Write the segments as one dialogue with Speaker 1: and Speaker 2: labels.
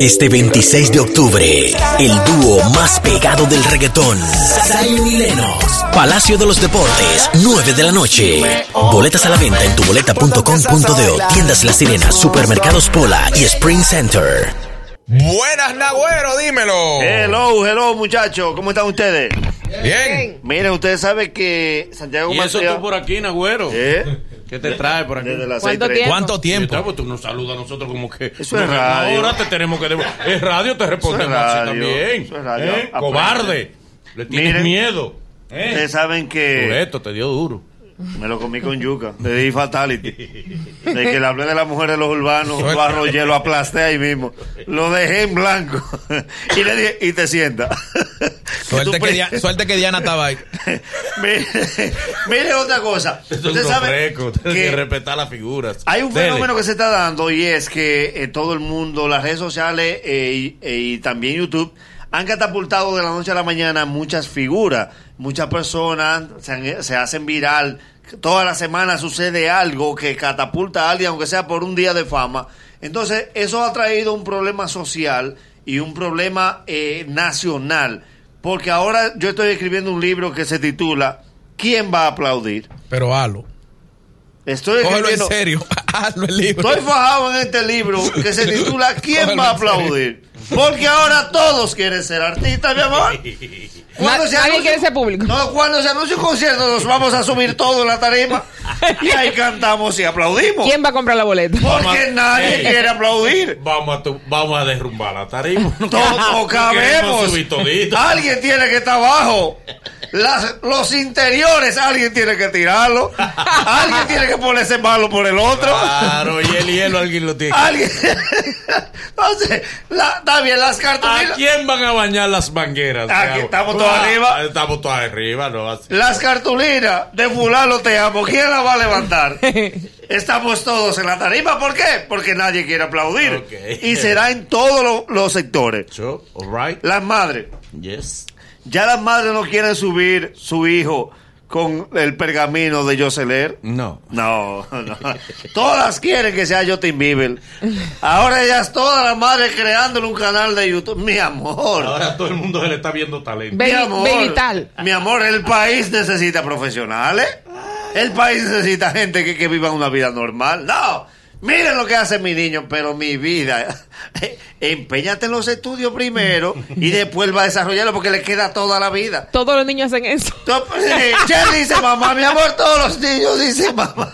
Speaker 1: Este 26 de octubre, el dúo más pegado del reggaetón, Zion y Lennox, Palacio de los Deportes, 9 de la noche. Boletas a la venta en tuboleta.com.de, tiendas La Sirena, supermercados Pola y Spring Center.
Speaker 2: Buenas, Nagüero,
Speaker 3: Oh.
Speaker 2: dímelo.
Speaker 4: Hello, hello, muchachos. ¿Cómo están ustedes?
Speaker 2: Bien.
Speaker 4: Miren, ustedes saben que Santiago
Speaker 3: Y eso tú
Speaker 4: Mateo...
Speaker 3: por aquí, Nagüero.
Speaker 4: ¿Eh?
Speaker 3: ¿Qué te trae por aquí?
Speaker 4: Desde las
Speaker 5: ¿Cuánto
Speaker 4: 6:30.
Speaker 5: tiempo?
Speaker 6: ¿Cuánto
Speaker 3: Y
Speaker 6: tiempo?
Speaker 3: está, pues tú nos saludas a nosotros como que.
Speaker 4: Eso es radio.
Speaker 3: Ahora te tenemos que. devolver. Es radio, te
Speaker 4: Eso
Speaker 3: respondemos
Speaker 4: es
Speaker 3: así
Speaker 4: radio.
Speaker 3: también.
Speaker 4: Eso es radio.
Speaker 3: ¿Eh?
Speaker 4: Aprende.
Speaker 3: Cobarde. Le tienes
Speaker 4: Miren.
Speaker 3: miedo. ¿Eh?
Speaker 4: Ustedes saben que
Speaker 3: Esto te dio duro.
Speaker 4: me lo comí con yuca. Le di fatality. De que le hablé de las mujeres de los urbanos, lo arrollé, lo aplasté ahí mismo. Lo dejé en blanco. Y le dije, y te sienta.
Speaker 6: Suerte
Speaker 4: Tú
Speaker 6: que,
Speaker 4: pe-
Speaker 6: Dia- suerte que Diana estaba ahí.
Speaker 4: mire, mire otra cosa.
Speaker 3: Eso
Speaker 4: Ustedes
Speaker 3: es un
Speaker 4: saben
Speaker 3: fresco. Tienes que
Speaker 4: que
Speaker 3: respetar las figuras.
Speaker 4: Hay un
Speaker 3: Dele.
Speaker 4: fenómeno que se está dando y es que eh, todo el mundo, las redes sociales eh, y, eh, y también YouTube, han catapultado de la noche a la mañana muchas figuras, muchas personas se, han- se hacen viral. Toda la semana sucede algo que catapulta a alguien, aunque sea por un día de fama. Entonces, eso ha traído un problema social y un problema eh, nacional. Porque ahora yo estoy escribiendo un libro que se titula ¿Quién va a aplaudir?
Speaker 6: Pero halo.
Speaker 4: Estoy
Speaker 6: Cógelo en
Speaker 4: escribiendo,
Speaker 6: serio. Hazlo el libro.
Speaker 4: Estoy fajado en este libro que se titula ¿Quién
Speaker 6: Cógelo
Speaker 4: va a
Speaker 6: en serio.
Speaker 4: aplaudir? Porque ahora todos quieren ser artistas, mi amor.
Speaker 5: Na- nadie quiere ser público.
Speaker 4: No, cuando se anuncia un concierto nos vamos a subir todo en la tarima y ahí cantamos y aplaudimos.
Speaker 5: ¿Quién va a comprar la boleta?
Speaker 4: Porque nadie quiere aplaudir.
Speaker 3: Vamos a, tu- vamos a derrumbar la tarima. No queremos-
Speaker 4: Todos
Speaker 3: no
Speaker 4: cabemos. Ah.
Speaker 3: queremos subir todito.
Speaker 4: Alguien tiene que estar abajo. Las- los interiores, alguien tiene que tirarlo. Alguien tiene que ponerse malo por el otro.
Speaker 3: Claro, y el hielo alguien lo tiene. que-
Speaker 4: Alguien. Entonces, la, está bien, las
Speaker 3: ¿A
Speaker 4: cartulinas.
Speaker 3: quién van a bañar las mangueras?
Speaker 4: Aquí estamos todos
Speaker 3: Ah,
Speaker 4: arriba.
Speaker 3: Estamos todos arriba, no así.
Speaker 4: Las cartulinas de fulano te amo. ¿Quién la va a levantar? Estamos todos en la tarima. ¿Por qué? Porque nadie quiere aplaudir.
Speaker 3: Ok.
Speaker 4: Y será en todos lo- los sectores.
Speaker 3: Yo, all right,
Speaker 4: Las madres.
Speaker 3: yes.
Speaker 4: Ya las madres no quieren subir su hijo con el pergamino de Joseler.
Speaker 3: No.
Speaker 4: No, no. Todas quieren que sea Justin Bieber. Ahora ellas, todas las madres creándole un canal de YouTube. Mi amor.
Speaker 3: Ahora todo el mundo se le está viendo talento.
Speaker 5: Baby- baby tal.
Speaker 4: Mi amor, el país necesita profesionales.
Speaker 5: Ah.
Speaker 4: El país necesita gente que, que viva una vida normal. No, miren lo que hace mi niño, pero mi vida. Empeñate en los estudios primero y después va a desarrollarlo porque le queda toda la vida. pues,
Speaker 5: Todos los niños hacen eso.
Speaker 4: Cher dice mamá, mi amor, todos los niños dicen mamá.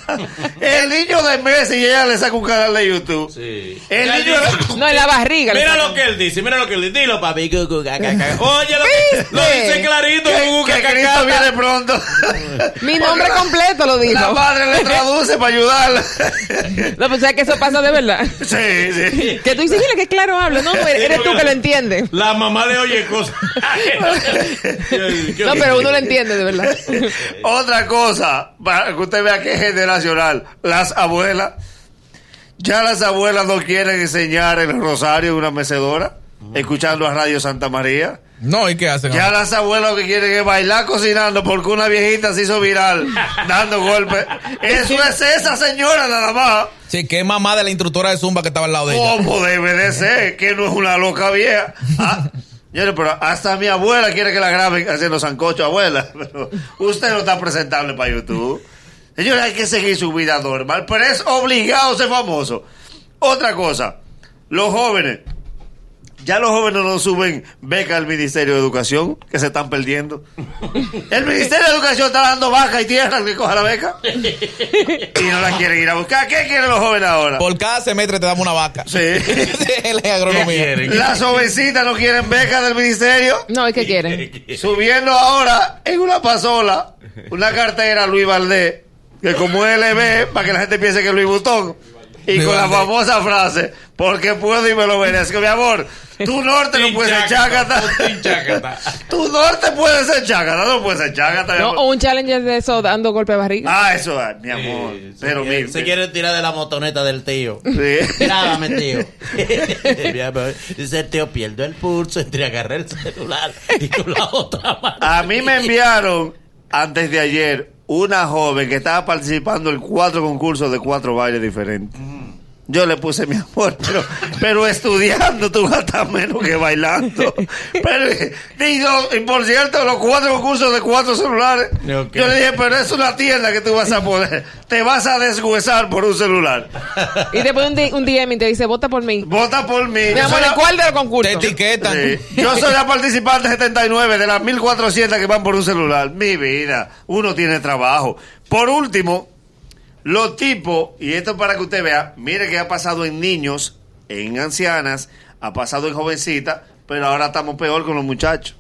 Speaker 4: El niño de Messi y ella le saca un canal de YouTube.
Speaker 3: Sí.
Speaker 4: El
Speaker 3: Ya
Speaker 4: niño
Speaker 3: dice-
Speaker 5: No, en la barriga. le
Speaker 3: Mira
Speaker 5: sacan.
Speaker 3: lo que él dice, mira lo que él dice. Dilo, papi. Oye, lo que lo dice clarito.
Speaker 4: que,
Speaker 3: cu,
Speaker 4: que
Speaker 3: ca, ca,
Speaker 4: Cristo
Speaker 3: ca.
Speaker 4: viene pronto.
Speaker 5: Mi nombre completo lo dijo.
Speaker 4: La madre le traduce para ayudarla.
Speaker 5: No, pues sabes que eso pasa de verdad.
Speaker 4: Sí, sí.
Speaker 5: Que tú dices, mira, que claro hablo. No, pues, eres tú que lo entiendes.
Speaker 3: La mamá le oye cosas.
Speaker 5: No, pero uno lo entiende de verdad.
Speaker 4: Otra cosa, para que usted vea que es generacional, las abuelas. Ya las abuelas no quieren enseñar el rosario en una mecedora, escuchando a Radio Santa María.
Speaker 6: No, ¿y qué hacen?
Speaker 4: Ya las abuelas lo que quieren es bailar cocinando porque una viejita se hizo viral dando golpes. Eso es esa señora nada más.
Speaker 6: Sí, qué mamá de la instructora de Zumba que estaba al lado de ella.
Speaker 4: Como debe de ser, que no es una loca vieja. Ah, señores, pero hasta mi abuela quiere que la graben haciendo sancocho, abuela. Pero usted no está presentable para YouTube. Señores, hay que seguir su vida normal, pero es obligado ser famoso. Otra cosa, los jóvenes. Ya los jóvenes no suben beca al Ministerio de Educación, que se están perdiendo. El Ministerio de Educación está dando vaca y tierra al que coja la beca. Y no la quieren ir a buscar. ¿Qué quieren los jóvenes ahora?
Speaker 6: Por cada semestre te damos una vaca.
Speaker 4: Sí.
Speaker 6: De la agronomía.
Speaker 3: quieren?
Speaker 4: Las jovencitas no quieren becas del ministerio.
Speaker 5: No, es que quieren.
Speaker 4: Subiendo ahora en una pasola una cartera Luis Valdés, que como él le ve, para que la gente piense que es Luis Butón. Y
Speaker 6: Luis
Speaker 4: con la
Speaker 6: Valdés.
Speaker 4: famosa frase, porque puedo y me lo merezco, mi amor. Tu norte no
Speaker 3: Tin
Speaker 4: puede ser
Speaker 3: chácata,
Speaker 4: chácata.
Speaker 3: un tin chácata.
Speaker 4: Tu norte puede ser chácata, no puede ser chácata, mi
Speaker 5: No,
Speaker 4: amor.
Speaker 6: oh.
Speaker 5: o un challenger de eso dando golpe de barriga.
Speaker 4: Ah, eso, ah, mi amor. Pero mi-
Speaker 3: Se quiere tirar de la motoneta del tío.
Speaker 4: Sí.
Speaker 3: Grábame, tío. Dice el tío, pierdo el pulso entre agarrar el celular y con la otra mano.
Speaker 4: A mí me enviaron antes de ayer una joven que estaba participando en cuatro concursos de cuatro bailes diferentes. Yo le puse mi amor, pero, pero estudiando tú gastas menos que bailando. Pero, y, lo- y por cierto, los cuatro concursos de cuatro celulares,
Speaker 3: Ok.
Speaker 4: yo le dije, pero es una tienda que tú vas a poder, te vas a deshuesar por un celular.
Speaker 5: Y te pone un, di- un DM y te dice, vota por mí.
Speaker 4: Vota por mí.
Speaker 5: Mi
Speaker 4: Yo soy
Speaker 5: amor,
Speaker 4: la-
Speaker 5: ¿y cuál de los
Speaker 6: Te
Speaker 5: concursos?
Speaker 6: etiquetan.
Speaker 4: Sí. Yo soy la participante 79 de las 1400 que van por un celular. Mi vida, uno tiene trabajo. Por último, los tipos, y esto es para que usted vea, mire que ha pasado en niños, en ancianas, ha pasado en jovencitas, pero ahora estamos peor con los muchachos.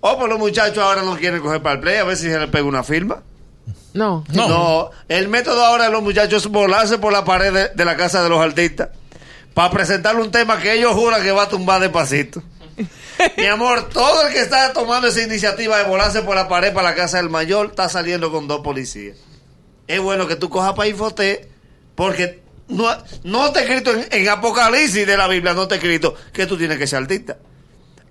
Speaker 4: O por los muchachos ahora no quieren coger para el play, a ver si se les pega una firma.
Speaker 5: No.
Speaker 4: No. el método ahora de los muchachos es volarse por la pared de, de la casa de los artistas para presentarle un tema que ellos juran que va a tumbar despacito. Mi amor, todo el que está tomando esa iniciativa de volarse por la pared para la casa del mayor está saliendo con dos policías. Es bueno que tú cojas para Infoté porque no, no está escrito en, en Apocalipsis de la Biblia, no está escrito que tú tienes que ser artista.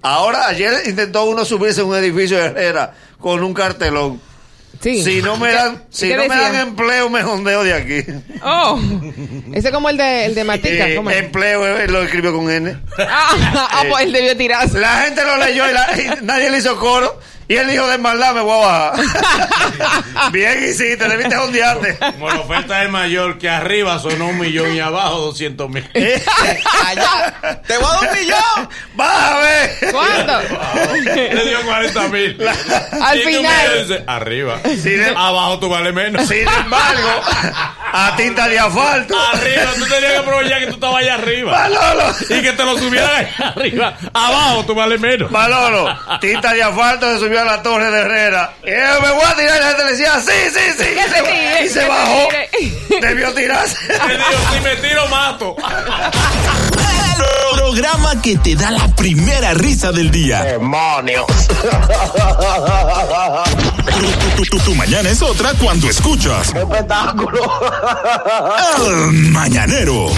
Speaker 4: Ahora, ayer intentó uno subirse a un edificio de Herrera con un cartelón.
Speaker 5: Sí.
Speaker 4: Si no me dan, si
Speaker 5: qué
Speaker 4: no me
Speaker 5: decía?
Speaker 4: dan empleo, me jondeo de aquí.
Speaker 5: Oh. Ese es como el de, el de Matica.
Speaker 4: Eh,
Speaker 5: ¿cómo es?
Speaker 4: empleo eh, lo escribió con N.
Speaker 5: Ah, ah, pues él debió tirarse.
Speaker 4: La gente lo leyó y, la- y nadie le hizo coro. Y él dijo de maldad, me voy a bajar. Bien hiciste, debiste jondearte.
Speaker 3: Como la oferta es mayor, que arriba sonó un millón y abajo 200 mil.
Speaker 4: Eh,
Speaker 6: Allá. Te voy a dar un millón.
Speaker 4: baja, ve.
Speaker 5: ¿Cuándo?
Speaker 3: Le dio 40 mil.
Speaker 5: Al final.
Speaker 3: arriba.
Speaker 4: Sí, de-
Speaker 3: abajo tú vales menos.
Speaker 4: Sin embargo, a tinta de asfalto.
Speaker 3: Arriba, tú tenías que aprovechar que tú estabas allá arriba.
Speaker 4: Manolo,
Speaker 3: Y que te lo subieran allá arriba. Abajo tú vales menos.
Speaker 4: Manolo, tinta de asfalto se subió a la torre de Herrera. Eh, me voy a tirar. Y La gente le decía, sí, sí, sí. Y
Speaker 5: se
Speaker 4: se,
Speaker 5: tire,
Speaker 4: y
Speaker 5: que
Speaker 4: se
Speaker 5: se
Speaker 4: bajó.
Speaker 5: tire.
Speaker 4: Debió tirarse.
Speaker 3: Me dijo, si me tiro, mato.
Speaker 1: El programa que te da la primera risa del día. ¡Demonios! Tu, tu, tu, tu mañana es otra cuando escuchas. ¡Espectáculo! El Mañanero.